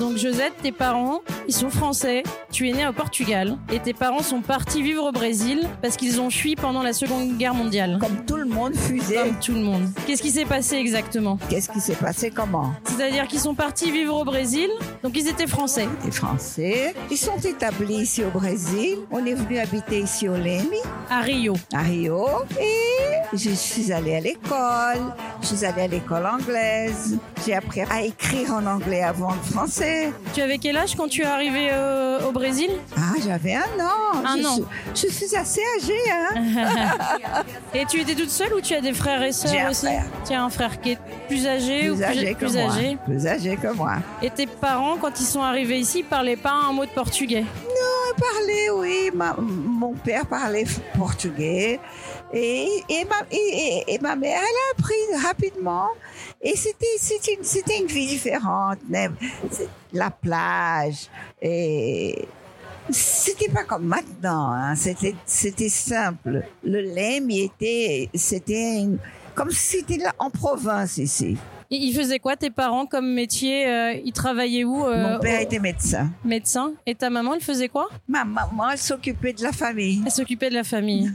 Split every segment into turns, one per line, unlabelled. Donc Josette, tes parents, ils sont français, tu es née au Portugal et tes parents sont partis vivre au Brésil parce qu'ils ont fui pendant la Seconde Guerre mondiale.
Comme tout le monde, fusée.
Comme tout le monde. Qu'est-ce qui s'est passé exactement
Qu'est-ce qui s'est passé Comment
C'est-à-dire qu'ils sont partis vivre au Brésil, donc ils étaient français.
Les Français, ils sont établis ici au Brésil. On est venu habiter ici au Leme,
À Rio.
à Rio. Et je suis allée à l'école. Je suis allée à l'école anglaise. J'ai appris à écrire en anglais avant le français.
Tu avais quel âge quand tu es arrivé euh, au Brésil
Ah, j'avais un an.
Un
je,
an.
Suis, je suis assez âgée, hein.
Et tu étais toute seule ou tu as des frères et
J'ai
sœurs
un
aussi
frère.
Tu as un frère qui est plus âgé ou
Plus âgée que
plus
moi.
âgé
Plus âgée que moi.
Et tes parents, quand ils sont arrivés ici, ils parlaient pas un mot de portugais.
parlait, oui. ma- mon père parlait f- portugais. Et, et, ma, et- et- et ma mère, elle a appris rapidement. Et c'était, c'était, une, c'était une vie différente. né. C'est La plage. Et c'était pas comme maintenant. hein. C'était, c'était simple. Le lème, il était, c'était une- comme si c'était là en province ici.
Et Ils faisaient quoi tes parents comme métier euh, Ils travaillaient où euh,
Mon père
au-
était médecin.
Médecin. Et ta maman, elle faisait quoi
Ma maman, elle s'occupait de la famille.
Elle s'occupait de la famille.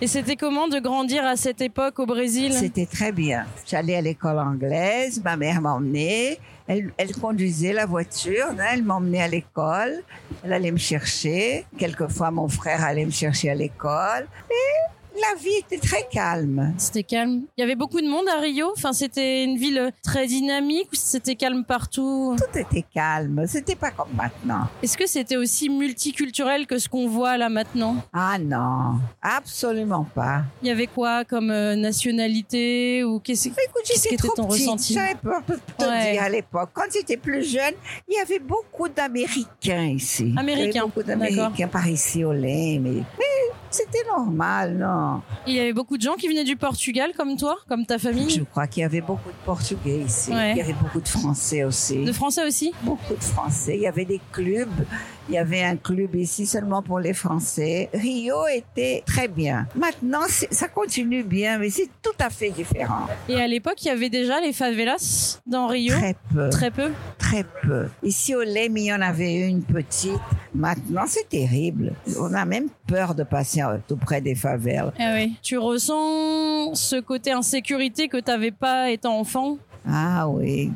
et c'était comment de grandir à cette époque au Brésil
C'était très bien. J'allais à l'école anglaise, ma mère m'emmenait, elle, elle conduisait la voiture, hein, elle m'emmenait à l'école, elle allait me chercher, quelquefois mon frère allait me chercher à l'école, et la vie était très calme.
C'était calme. Il y avait beaucoup de monde à Rio. Enfin, c'était une ville très dynamique ou c'était calme partout
Tout était calme, c'était pas comme maintenant.
Est-ce que c'était aussi multiculturel que ce qu'on voit là maintenant
Ah non, absolument pas.
Il y avait quoi comme euh, nationalité ou qu'est-ce
Bah, Écoute,
Qu'est-ce
j'étais
qu'était
trop
ton
petite,
ressenti
j'avais pas pu te
Ouais.
dire à l'époque. Quand j'étais plus jeune, il y avait beaucoup d'Américains ici.
Américains,
Il y avait beaucoup
d'accord.
d'Américains par ici au lait, mais, mais c'était normal, non
Il y avait beaucoup de gens qui venaient du Portugal comme toi, comme ta famille
Je crois qu'il y avait beaucoup de Portugais ici.
Ouais.
Il y avait beaucoup de Français aussi.
De Français aussi
Beaucoup de Français. Il y avait des clubs. Il y avait un club ici seulement pour les Français. Rio était très bien. Maintenant, c'est- ça continue bien, mais c'est tout à fait différent.
Et à l'époque, il y avait déjà les favelas dans Rio
Très peu.
Très peu.
Très peu. Ici au Lem, il y en avait une petite. Maintenant, c'est terrible. On a même peur de passer euh, tout près des favelles.
Ah oui. Tu ressens ce côté insécurité que t'avais pas étant enfant
Ah oui.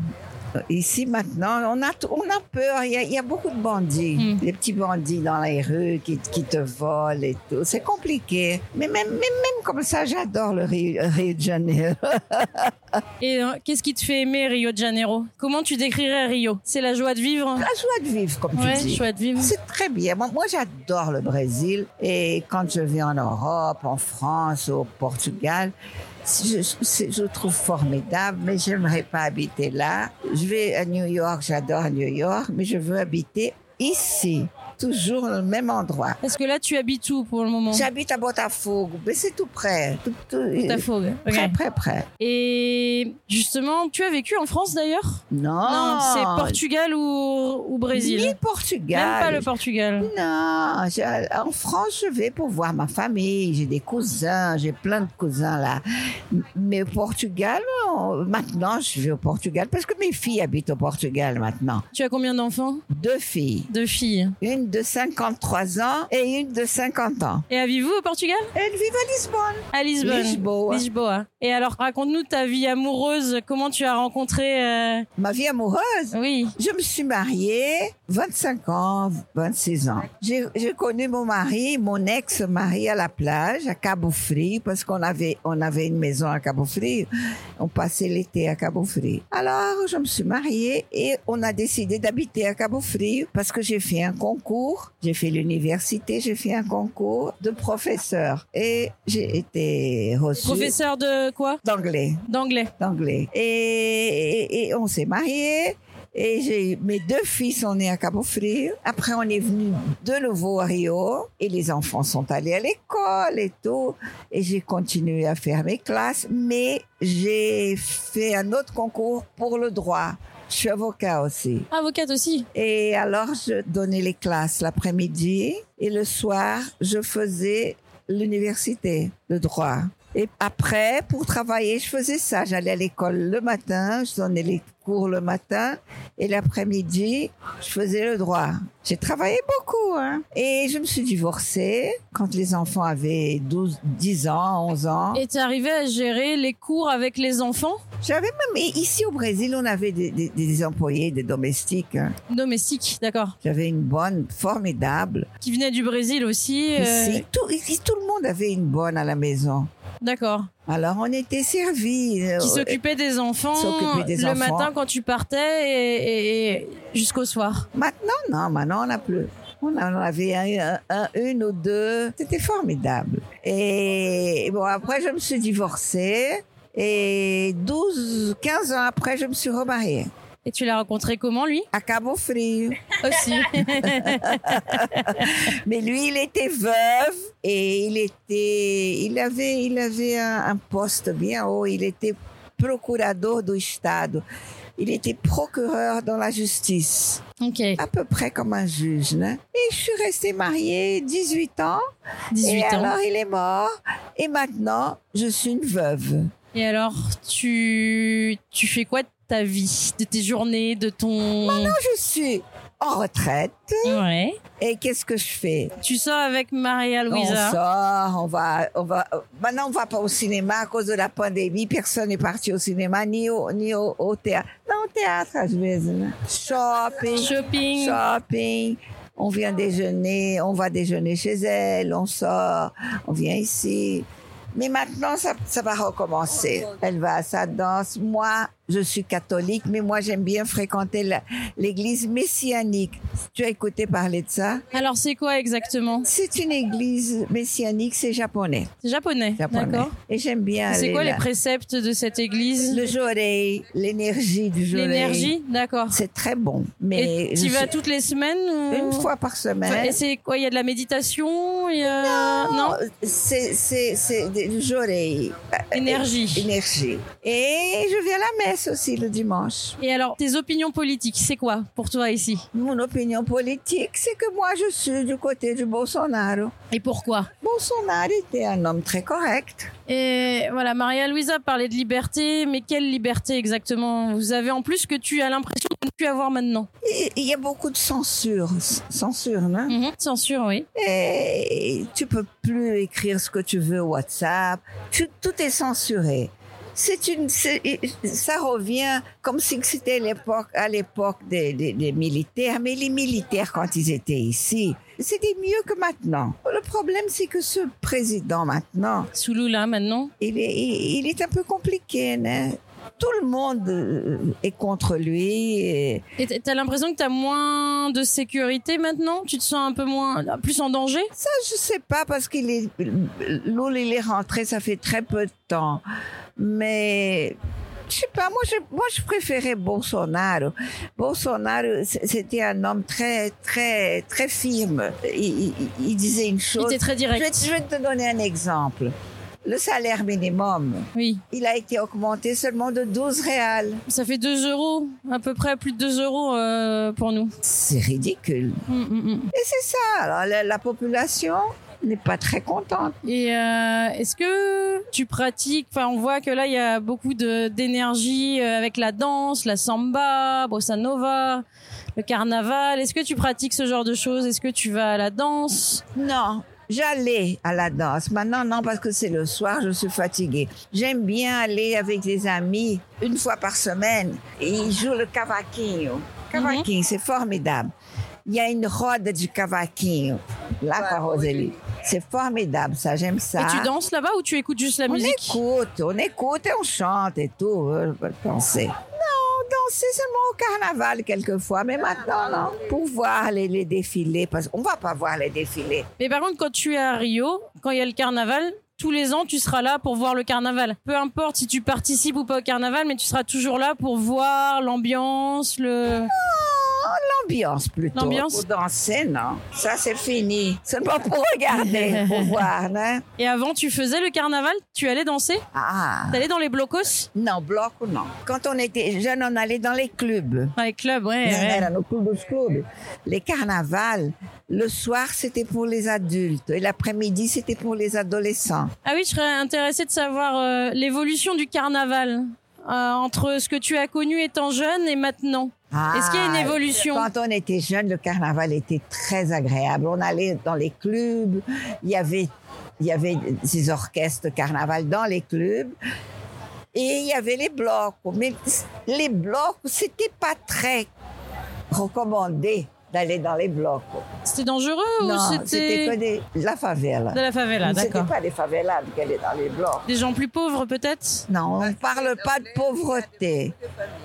Euh, Ici maintenant, on a, tout- on a peur. Il y a, il y a beaucoup de bandits.
Mm.
Les petits bandits dans les rues qui, qui te volent et tout. C'est compliqué. Mais même, même, même comme ça, j'adore le Rio, Rio de Janeiro.
Et euh, qu'est-ce qui te fait aimer Rio de Janeiro Comment tu décrirais Rio C'est la joie de vivre
La joie de vivre, comme
Ouais,
tu dis.
joie de vivre.
C'est très bien. Moi, moi, j'adore le Brésil. Et quand je vais en Europe, en France, au Portugal, je, c'est- je trouve formidable, mais j'aimerais pas habiter là. Je vais à New York, j'adore New York, mais je veux habiter ici, toujours le même endroit.
Parce que là, tu habites où pour le moment
J'habite à Botafogo, mais c'est tout près. Tout, tout-
Ta fougue. Ok.
Très, très près.
Et justement, tu as vécu en France d'ailleurs
Non,
Non, c'est Portugal ou, ou Brésil
Ni Portugal.
Même pas le Portugal.
Non, je- en France, je vais pour voir ma famille. J'ai des cousins, j'ai plein de cousins là. M- Mais au Portugal, on- maintenant, je vais au Portugal parce que mes filles habitent au Portugal maintenant.
Tu as combien d'enfants
Deux filles.
Deux filles.
Une de 53 ans et une de 50 ans.
Et avez-vous au Portugal
Elles vivent à Lisbonne.
À Lisbonne.
Lisboa.
Lisboa. Et alors, raconte-nous ta vie amoureuse. Comment tu as rencontré euh,
Ma vie amoureuse.
Oui.
Je me suis mariée 25 ans, 26 ans. J'ai j'ai connu mon mari, mon ex-mari à la plage, à Cabo Frio, parce qu'on avait, on avait une maison à Cabo Frio. On passait l'été à Cabo Frio. Alors, je me suis mariée et on a décidé d'habiter à Cabo Frio parce que j'ai fait un concours. J'ai fait l'université, j'ai fait un concours de professeur et j'ai été reçue
Professeur de quoi
d'anglais
D'anglais.
d'anglais. Et, et- et on s'est mariés. Et j'ai eu- mes deux filles sont nées à Cabo Frio. Après, on est venu de nouveau à Rio. Et les enfants sont allés à l'école et tout. Et j'ai continué à faire mes classes. Mais j'ai fait un autre concours pour le droit. Je suis avocat aussi.
Avocate aussi.
Et alors, je donnais les classes l'après-midi. Et le soir, je faisais l'université de droit. Et après, pour travailler, je faisais ça. J'allais à l'école le matin, je donnais les cours le matin, et l'après-midi, je faisais le droit. J'ai travaillé beaucoup, hein. Et je me suis divorcée quand les enfants avaient 12, 10 ans, 11 ans.
Ah. Et tu arrivais à gérer les cours avec les enfants
J'avais même, et ici au Brésil, on avait des, des- des employés, des domestiques. hein.
domestiques, d'accord,
J'avais une bonne, formidable.
qui venaient du Brésil aussi. euh,
Ici, tout, ici, tout le monde avait une bonne à la maison.
D'accord.
Alors, on était servis. euh,
Qui s'occupait des enfants
s'occupait des
le
enfants.
matin quand tu partais et, et- et jusqu'au soir.
Maintenant, non, maintenant, on n'a plus. On en avait un, un- un- une ou deux. C'était formidable. Et bon, après, je me suis divorcée. Et 12, 15 ans après, je me suis remariée
Et tu l'as rencontré comment, lui
à Cabo Frio.
Aussi.
Mais lui, il était veuve et il était, il avait, il avait un, un poste bien haut. Il était procurador do Estado. Il était procureur dans la justice.
ok,
à peu près comme un juge, né? Et je suis restée mariée 18 ans.
18
et
ans.
alors, il est mort. Et maintenant, je suis une veuve.
et alors, tu, tu fais quoi de ta vie De tes journées De ton.
Je suis en retraite.
Ouais.
Et qu'est-ce que je fais
Tu sors avec Maria
On
Luisa.
sort, on va, on va. Maintenant, on va pas au cinéma à cause de la pandémie. Personne n'est parti au cinéma ni au, ni au, au théâtre. Non, au théâtre, à vezes, né? Shopping.
Shopping.
shopping. On vient déjeuner, on va déjeuner chez elle, on sort, on vient ici. Mais maintenant, ça, ça va recommencer. Elle va à sa danse. Moi, je suis catholique, mais moi, j'aime bien fréquenter la- l'église messianique. Tu as écouté parler de ça?
Alors, c'est quoi exactement
C'est une église messianique, c'est japonais.
C'est japonais.
japonais.
D'accord.
Et j'aime bien.
C'est
aller
quoi les
là.
préceptes de cette église
Le jorei, l'énergie du jorei.
L'énergie D'accord.
C'est très bon. Mais
Et
je
tu vas
suis-
toutes les semaines ou-
une fois par semaine.
Et c'est quoi Il y a de la méditation il y a... Non,
C'est, c'est, c'est des oreilles.
Énergie.
Énergie. Et je vais à la messe aussi le dimanche.
Et alors, tes opinions politiques, c'est quoi pour toi ici
Mon opinion politique, c'est que moi, je suis du côté du Bolsonaro.
Et pourquoi
Bolsonaro était un homme très correct.
Et voilà, Maria Luisa parlait de liberté, mais quelle liberté exactement Vous avez en plus que tu as l'impression de ne plus avoir maintenant.
Il il y a beaucoup de censure. c- Censure, non?
Mhm, Censure, oui.
Et tu peux plus écrire ce que tu veux au WhatsApp. Tu- tout est censuré. C'est une, c'est- ça revient comme si c'était l'époque, à l'époque des, des- des militaires. Mais les militaires, quand ils étaient ici, c'était mieux que maintenant. Le problème, c'est que ce président maintenant,
Sous Lula maintenant.
il est, il, il est un peu compliqué, né? Tout le monde euh, est contre lui. et-
Et t- t'as l'impression que t'as moins de sécurité maintenant Tu te sens un peu moins, plus en danger
Ça, je sais pas parce qu'il est Lul, il est rentré, ça fait très peu de temps. Mais je sais pas, moi je moi je préférais Bolsonaro. Bolsonaro, c- c'était un homme très très très firme. Il, il- il disait une
Il
chose.
était très
Je vais,
direct.
te- je vais te donner un exemple. Le salaire minimum,
Oui.
il a été augmenté seulement de 12 réals.
Ça fait 2 euros, à peu près plus de 2 euros euh, pour nous.
C'est ridicule.
Mm, mm, mm.
Et c'est ça. Alors la- la population n'est pas très contente.
Et euh, est-ce que tu pratiques Enfin, on voit que là, il y a beaucoup de d'énergie euh, avec la danse, la samba, bossa nova, le carnaval. Est-ce que tu pratiques ce genre de choses Est-ce que tu vas à la danse
Non, j'allais à la danse. Maintenant, non, parce que c'est le soir, je suis fatiguée. J'aime bien aller avec des amis une fois par semaine. Et ils jouent le cavaquinho.
Mhm.
Cavaquinho, c'est formidable. Il y a une rode du cavaquinho, là, par Rosélie. C'est formidable, ça, j'aime ça.
Et tu danses là-bas ou tu écoutes juste la
Bah. on
musique
écoute, on écoute et on chante et tout, euh, danser. Non, danser seulement au carnaval quelquefois, mais maintenant, non. Pour voir les, les défilés, parce qu'on va pas voir les défilés.
Mais par contre, quand tu es à Rio, quand il y a le carnaval. Tous les ans, tu seras là pour voir le carnaval. Peu importe si tu participes ou pas au carnaval, mais tu seras toujours là pour voir l'ambiance, le...
Ah, l'ambiance plutôt.
L'ambiance.
Pour danser, non. Ça, c'est fini. Seulement pour regarder, pour voir, hein. non?
Et avant, tu faisais le carnaval Tu allais danser
Ah.
T'allais dans les blocos
Non, bloc ou non. Quand on était jeune, on allait dans les clubs.
Dans les clubs, ouais.
Non,
Eh ouais.
non, non, club de club. Les carnavals, le soir, c'était pour les adultes et l'après-midi, c'était pour les adolescents.
Ah oui, je serais intéressée de savoir euh, l'évolution du carnaval euh, entre ce que tu as connu étant jeune et maintenant. Est-ce qu'il y a une
Ah,
évolution
Quand on était jeune, le carnaval était très agréable. On allait dans les clubs, il y avait, il y avait ces orchestres de carnaval dans les clubs. Et il y avait les blocs. Mais les blocs, c'était pas très recommandé d'aller dans les blocs.
C'était dangereux
non,
ou
c'était
Oh, c'était
que des- la favela.
de la favela,
C'était
d'accord.
pas les favelas qu'elle est dans les blocs.
Des gens plus pauvres peut-être
Non, on ne parle pas de pauvreté.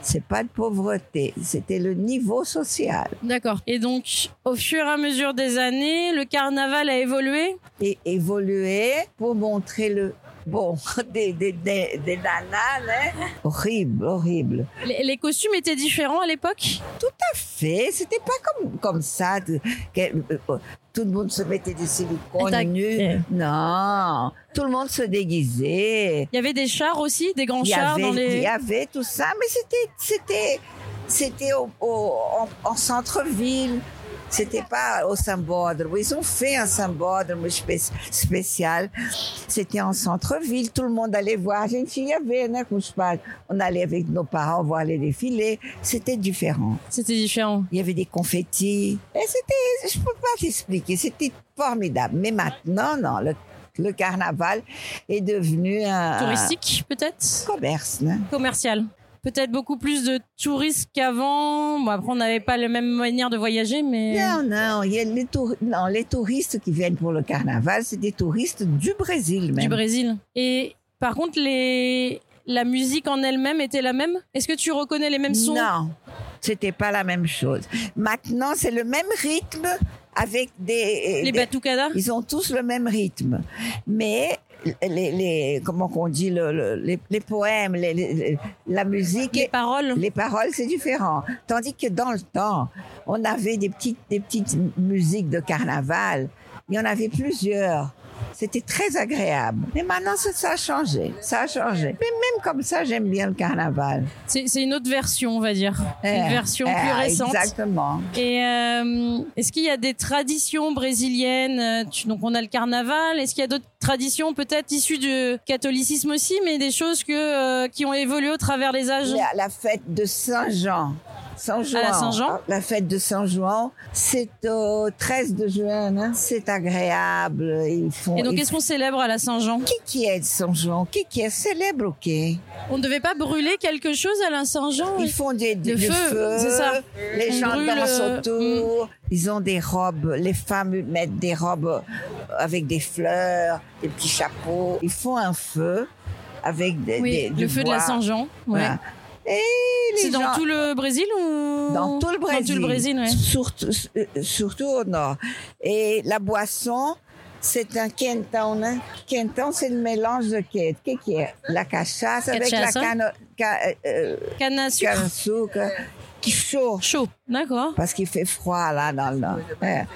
C'est pas de pauvreté, c'était le niveau social.
D'accord. Et donc, au fur et à mesure des années, le carnaval a évolué
Et évoluer pour montrer le bon des, des, des, des nanas, hein. horrible, horrible.
Les, les costumes étaient différents à l'époque
Tout à fait, c'était pas comme, comme ça. de- que- euh, euh, tout le monde se mettait des
Attaque.
silicones
Eh.
nus. Non, tout le monde se déguisait.
Il y avait des chars aussi, des grands
Il y,
chars
avait,
dans les...
il y avait tout ça, mais c'était c'était c'était au, au- en, en centre-ville. C'était pas au Saint-Bordre. Ils ont fait un Saint-Bordre spécial. C'était en centre-ville. Tout le monde allait voir. A gente ia ver, né, com os pais. On allait avec nos parents voir les défilés. C'était différent.
C'était différent.
Il y avait des confettis. Et c'était, je peux pas t'expliquer, c'était formidable. Mais maintenant, non, le, le carnaval est devenu un,
Touristique peut-être
un commerce, né?
Commercial. Peut-être beaucoup plus de touristes qu'avant. Bon, après, on n'avait pas la même manière de voyager, mais...
Non, non, il y a les tour- non, les touristes qui viennent pour le carnaval, c'est des touristes du Brésil même.
du Brésil. Et par contre, les... la musique en elle-même était la même Est-ce que tu reconnais les mêmes sons
Non, c'était pas la même chose. Maintenant, c'est le même rythme avec des.
Les
des-
batucadas
ils ont tous le même rythme, mais les, les comment qu'on dit le- le- les, les poèmes, les- les- les- la musique,
Les paroles
les paroles, c'est différent. Tandis que dans le temps, on avait des petites, des petites musiques de carnaval. Il y en avait plusieurs. C'était très agréable. Mais maintenant, ça, ça a changé. Ça a changé. Mais même comme ça, j'aime bien le carnaval.
C'est c'est une autre version, on va dire.
Eh,
une version
eh,
plus récente.
Exactement.
Et euh, est-ce qu'il y a des traditions brésiliennes Euh, tu- Donc on a le carnaval. Est-ce qu'il y a d'autres traditions peut-être issues du catholicisme aussi, mais des choses que, euh, qui ont évolué au travers des âges
La, la fête de Saint-Jean. Saint-Jean.
À la Saint-Jean
La fête de Saint-Jean, c'est au 13 de juin. hein. C'est agréable. Ils font.
Et donc
ils-
qu'est-ce qu'on célèbre à la Saint-Jean
Qui qui est Saint-Jean Qui qui est célèbre ou qui
On ne devait pas brûler quelque chose à la Saint-Jean
Ils font des, des-
Le
du
feu, c'est ça.
Les
On
gens
brûle,
dansent
euh,
autour. Ils ont des robes. Les femmes mettent des robes euh, avec des fleurs, des petits chapeaux. Ils font un feu avec des,
Oui,
des- du
le feu de la
bois.
Saint-Jean. Ouais.
Voilà. Et les
C'est
gens-
dans tout le Brésil ou
dans tout le Brésil.
Dans tout le Brésil, ouais.
surtout, euh, surtout au nord. Et la boisson, c'est un quentão. Hein? Quentão, c'est le mélange de quête. Qu'est-ce qui est La cachasse avec la
Cachaça.
canne, ca, euh,
Canne à sucre.
canne à sucre qui chaud.
Chaud, d'accord.
Parce qu'il fait froid là dans le nord. Ouais.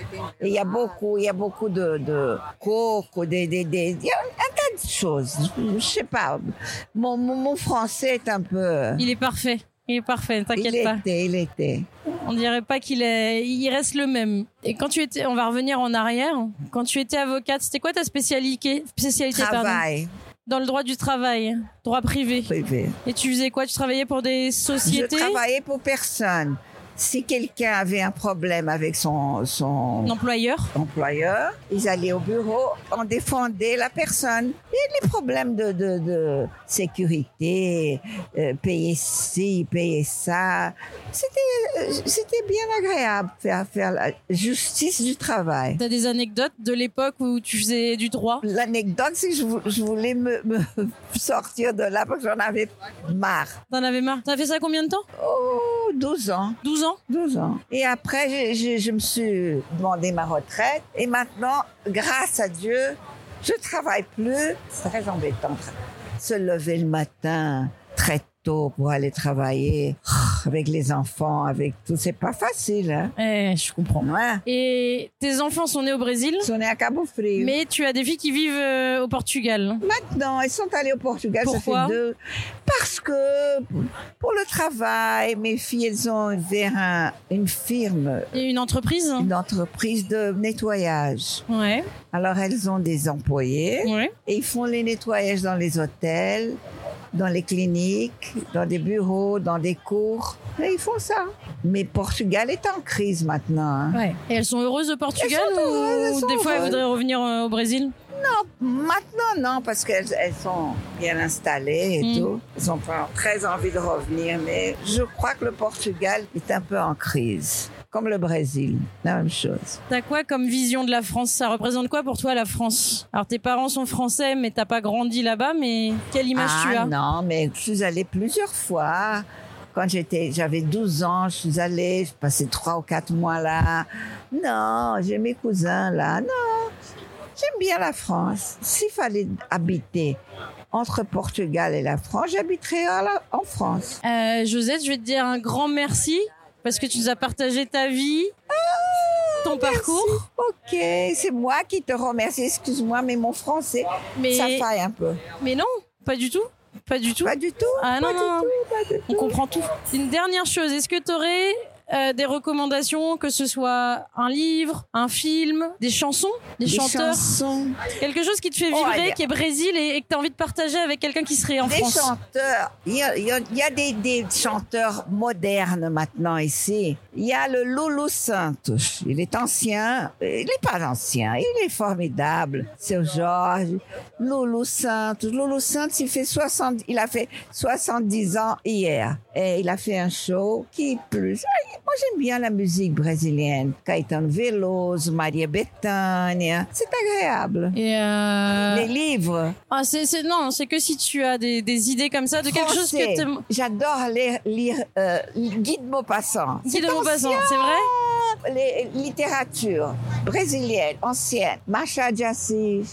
Et Il y a beaucoup, il y a beaucoup de, de coco, des, des, des- il y a un tas de choses. Je sais pas. Mon, mon, mon français est un peu.
Il est parfait. Il est parfait,
Il
t'inquiète pas.
était, il était.
On dirait pas qu'il est, il reste le même. Et quand tu étais, on va revenir en arrière. Quand tu étais avocate, c'était quoi ta spécialité, spécialité pardon,
Travail
dans le droit du travail, droit privé
privé.
Et tu faisais quoi Tu travaillais pour des sociétés
Je travaillais pour personne. Si quelqu'un avait un problème avec son, son
L'employeur
employeur, ils allaient au bureau, on défendait la personne. Et les problèmes de, de, de sécurité, euh, payer ci, payer ça, c'était euh, c'était bien agréable faire, faire la justice du travail.
T'as des anecdotes de l'époque où tu faisais du droit
L'anecdote, c'est que je, vou- je voulais me, me sortir de là parce que j'en avais marre.
T'en avais marre T'as fait ça combien de temps
Oh, 12 ans.
12 ans
12 ans. Et après, j'ai- j'ai- je, me suis demandé ma retraite. Et maintenant, grâce à Dieu, je travaille plus. C'est très embêtant. Se lever le matin très tôt pour aller travailler. oh, avec les enfants, avec tout, c'est pas facile. Hein?
Eh, je comprends.
Ouais.
Et tes enfants sont nés au Brésil,
Ils sont nés à Cabo Frio.
mais tu as des filles qui vivent euh, au Portugal.
Maintenant, ils sont allés au Portugal. ça fait
Pourquoi
deux- Parce que pour le travail, mes filles, elles ont vers un- une firme,
Et une entreprise
une entreprise de nettoyage.
Ouais,
Alors, elles ont des employés
ouais.
et ils font les nettoyages dans les hôtels, dans les cliniques, dans des bureaux, dans des cours. Et ils font ça. Mais Portugal est en crise maintenant. hein.
Ouais. Et elles sont heureuses au Portugal
Elles sont heureuses, elles
ou
sont
des fois elles
heureuses.
voudraient revenir euh, au Brésil
Maintenant, non, parce qu'elles elles sont bien installées
Mm.
et tout. Elles ont pas très envie de revenir, mais je crois que le Portugal est un peu en crise, comme le Brésil, la même chose.
T'as quoi comme vision de la France Ça représente quoi pour toi la France Alors tes parents sont français, mais t'as pas grandi là-bas, mais quelle image tu
ah
as
non, mais je suis allée plusieurs fois. Quand j'étais, j'avais 12 ans, je suis allée, je passais trois ou quatre mois là. Non, j'ai mes cousins là. Non, j'aime bien la France. S'il fallait habiter entre Portugal et la France, j'habiterais à la- en France.
Euh, Josette, je vais te dire un grand merci parce que tu nous as partagé ta vie,
Ah,
ton parcours,
Ok, c'est moi qui te remercie. Excuse-moi, mais mon français, ça
mais
faille un peu.
mais non, pas du tout, pas du tout.
Pas du tout.
Ah non,
pas du
non, non.
tout, pas du
on
tout.
comprend tout. Une dernière chose, est-ce que t'aurais euh, des recommandations, que ce soit un livre, un film, des chansons, des,
Des
chanteurs,
chansons.
quelque chose qui te fait
Oh,
vibrer,
allez.
qui est Brésil et, et que t'as envie de partager avec quelqu'un qui serait en
Des
France.
chanteurs. Il y a, il y a- il y a des, des chanteurs modernes maintenant ici. Il y a le Lulu Santos. Il est ancien. Il n'est pas ancien. Il est formidable. C'est Georges. Lulu Santos. Lulu Santos, il, fait 60, il a fait 70 ans hier. Et il a fait un show qui plus. Ah, Moi, j'aime bien la musique brésilienne. Caetano Veloso, Maria Bethânia. C'est agréable.
Et euh,
Les livres.
ah, c'est, c'est- non, c'est que si tu as des, des idées comme ça, de quelque chose que
Français.
t'aimes-
J'adore lire, lire euh, Guide Maupassant.
Guy de
C'est
Maupassant,
ancien,
c'est vrai
Les littératures brésiliennes, anciennes. Machado de Assis,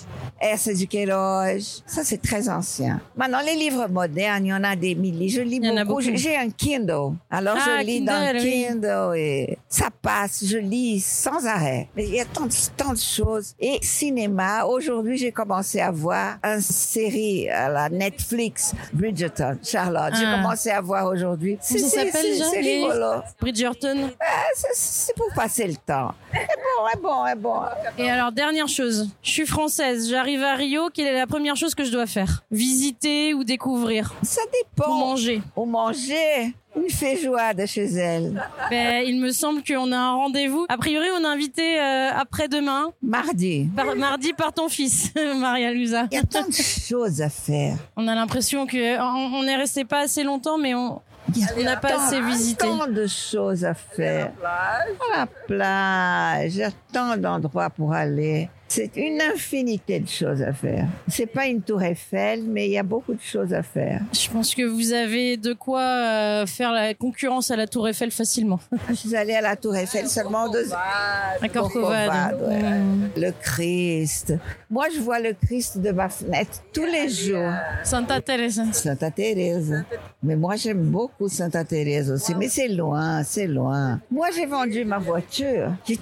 Essa de Queiroz. Ça, c'est très ancien. Maintenant, les livres modernes, il y en a des milliers. Je lis
Il y en a
beaucoup.
beaucoup.
J'ai- J'ai un Kindle. Alors,
Ah,
je lis
Kindle,
dans
oui.
Kindle et ça passe. Je lis sans arrêt. Mais il y a tant de, tant de choses. Et cinéma, aujourd'hui, j'ai commencé à voir une série à la Netflix, Bridgerton, Charlotte. J'ai
Ah.
commencé à voir aujourd'hui. C'est-
ça
c'est-
s'appelle
c'est-
déjà
C'est
les-
rigolo.
Bridgerton.
Ah, c'est- C'est pour passer le temps. Et bon, et bon, et bon.
Et alors, dernière chose, je suis française, j'arrive à Rio, quelle est la première chose que je dois faire Visiter ou découvrir
Ça
Ou
dépend.
manger
Ou manger une feijoada chez elle.
ben, Il me semble qu'on a un rendez-vous. A priori, on est invité euh, après-demain,
Mardi.
par- mardi, par ton fils, Maria Lusa.
Il y a tant de choses à faire.
On a l'impression que on on n'est resté pas assez longtemps, mais on,
Il y a
On n'a pas
tant-
assez visité.
tant de choses à faire. À la plage, il y a tant d'endroits pour aller. C'est une infinité de choses à faire. C'est pas une tour Eiffel, mais il y a beaucoup de choses à faire.
Je pense que vous avez de quoi euh, faire la concurrence à la Tour Eiffel facilement.
Je suis allée à la tour Eiffel seulement deux Ah,
À Corcovado.
Corcovado, ouais.
Mm.
Le Christ. Moi, je vois le Christ de ma fenêtre tous les jours.
Santa Teresa.
Santa Thérèse. Mais moi, j'aime beaucoup Santa Thérèse aussi. Mais c'est loin, c'est loin. Moi, j'ai vendu ma voiture. J'ai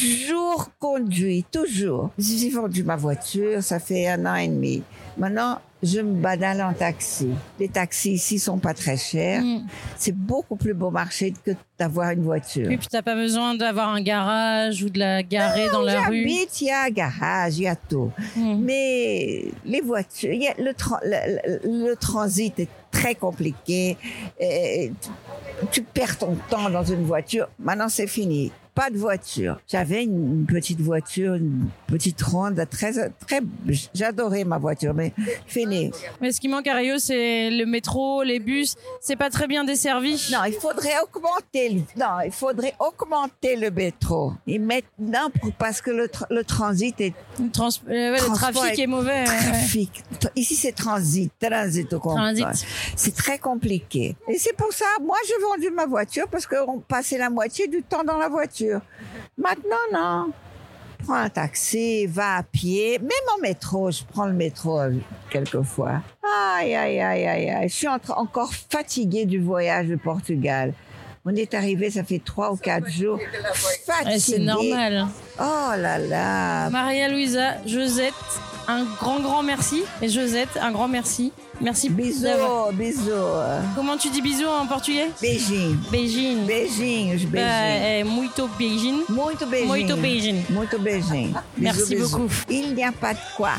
toujours conduit, toujours. J'ai vendu ma voiture, ça fait un an et demi. Maintenant, je me badale en taxi. Les taxis ici sont pas très chers.
Mm.
C'est beaucoup plus beau marché que d'avoir une voiture.
Oui, puis t'as pas besoin d'avoir un garage ou de la garer dans la rue.
J'habite, il y a un garage, il y a tout.
Mm.
Mais les voitures, il y a le, tra- le, le- le transit est très compliqué. Et tu, tu perds ton temps dans une voiture. Maintenant, c'est fini. Pas de voiture. J'avais une petite voiture, une petite ronde, très, très. J'adorais ma voiture, mais fini.
Mais ce qui manque à Rio, c'est le métro, les bus. C'est pas très bien desservi.
Non, il faudrait augmenter le, non, il faudrait augmenter le métro. Et maintenant, pour- parce que le, tra- le transit est
Le, trans- euh, ouais, le
Transport
trafic
est
est mauvais. ouais, ouais.
trafic. Ici, c'est transit, transit au comptoir.
Transit.
C'est très compliqué. Et c'est pour ça, moi, j'ai vendu ma voiture parce qu'on passait la moitié du temps dans la voiture. Maintenant, non. Prends un taxi, va à pied, même en métro. Je prends le métro euh, quelquefois. Ah, Aïe, aïe, aïe, aïe, aïe. Je suis en- encore fatiguée du voyage de Portugal. On est arrivé, ça fait trois ou quatre jours. Fatiguée.
Ouais, c'est normal.
Oh là là.
Maria Luisa, Josette, un grand grand merci. Et Josette, un grand merci. Merci d'avoir-
Bisous, bisous.
Comment tu dis bisous en portugais
Beijinho.
Beijing.
Beijinhos, beijinhos.
Euh, eh, muito beijing.
Muito beijinho.
é. Muito beijing.
Muito beijinho.
Merci
Bisous, bisous.
beaucoup.
Il n'y a pas de quoi.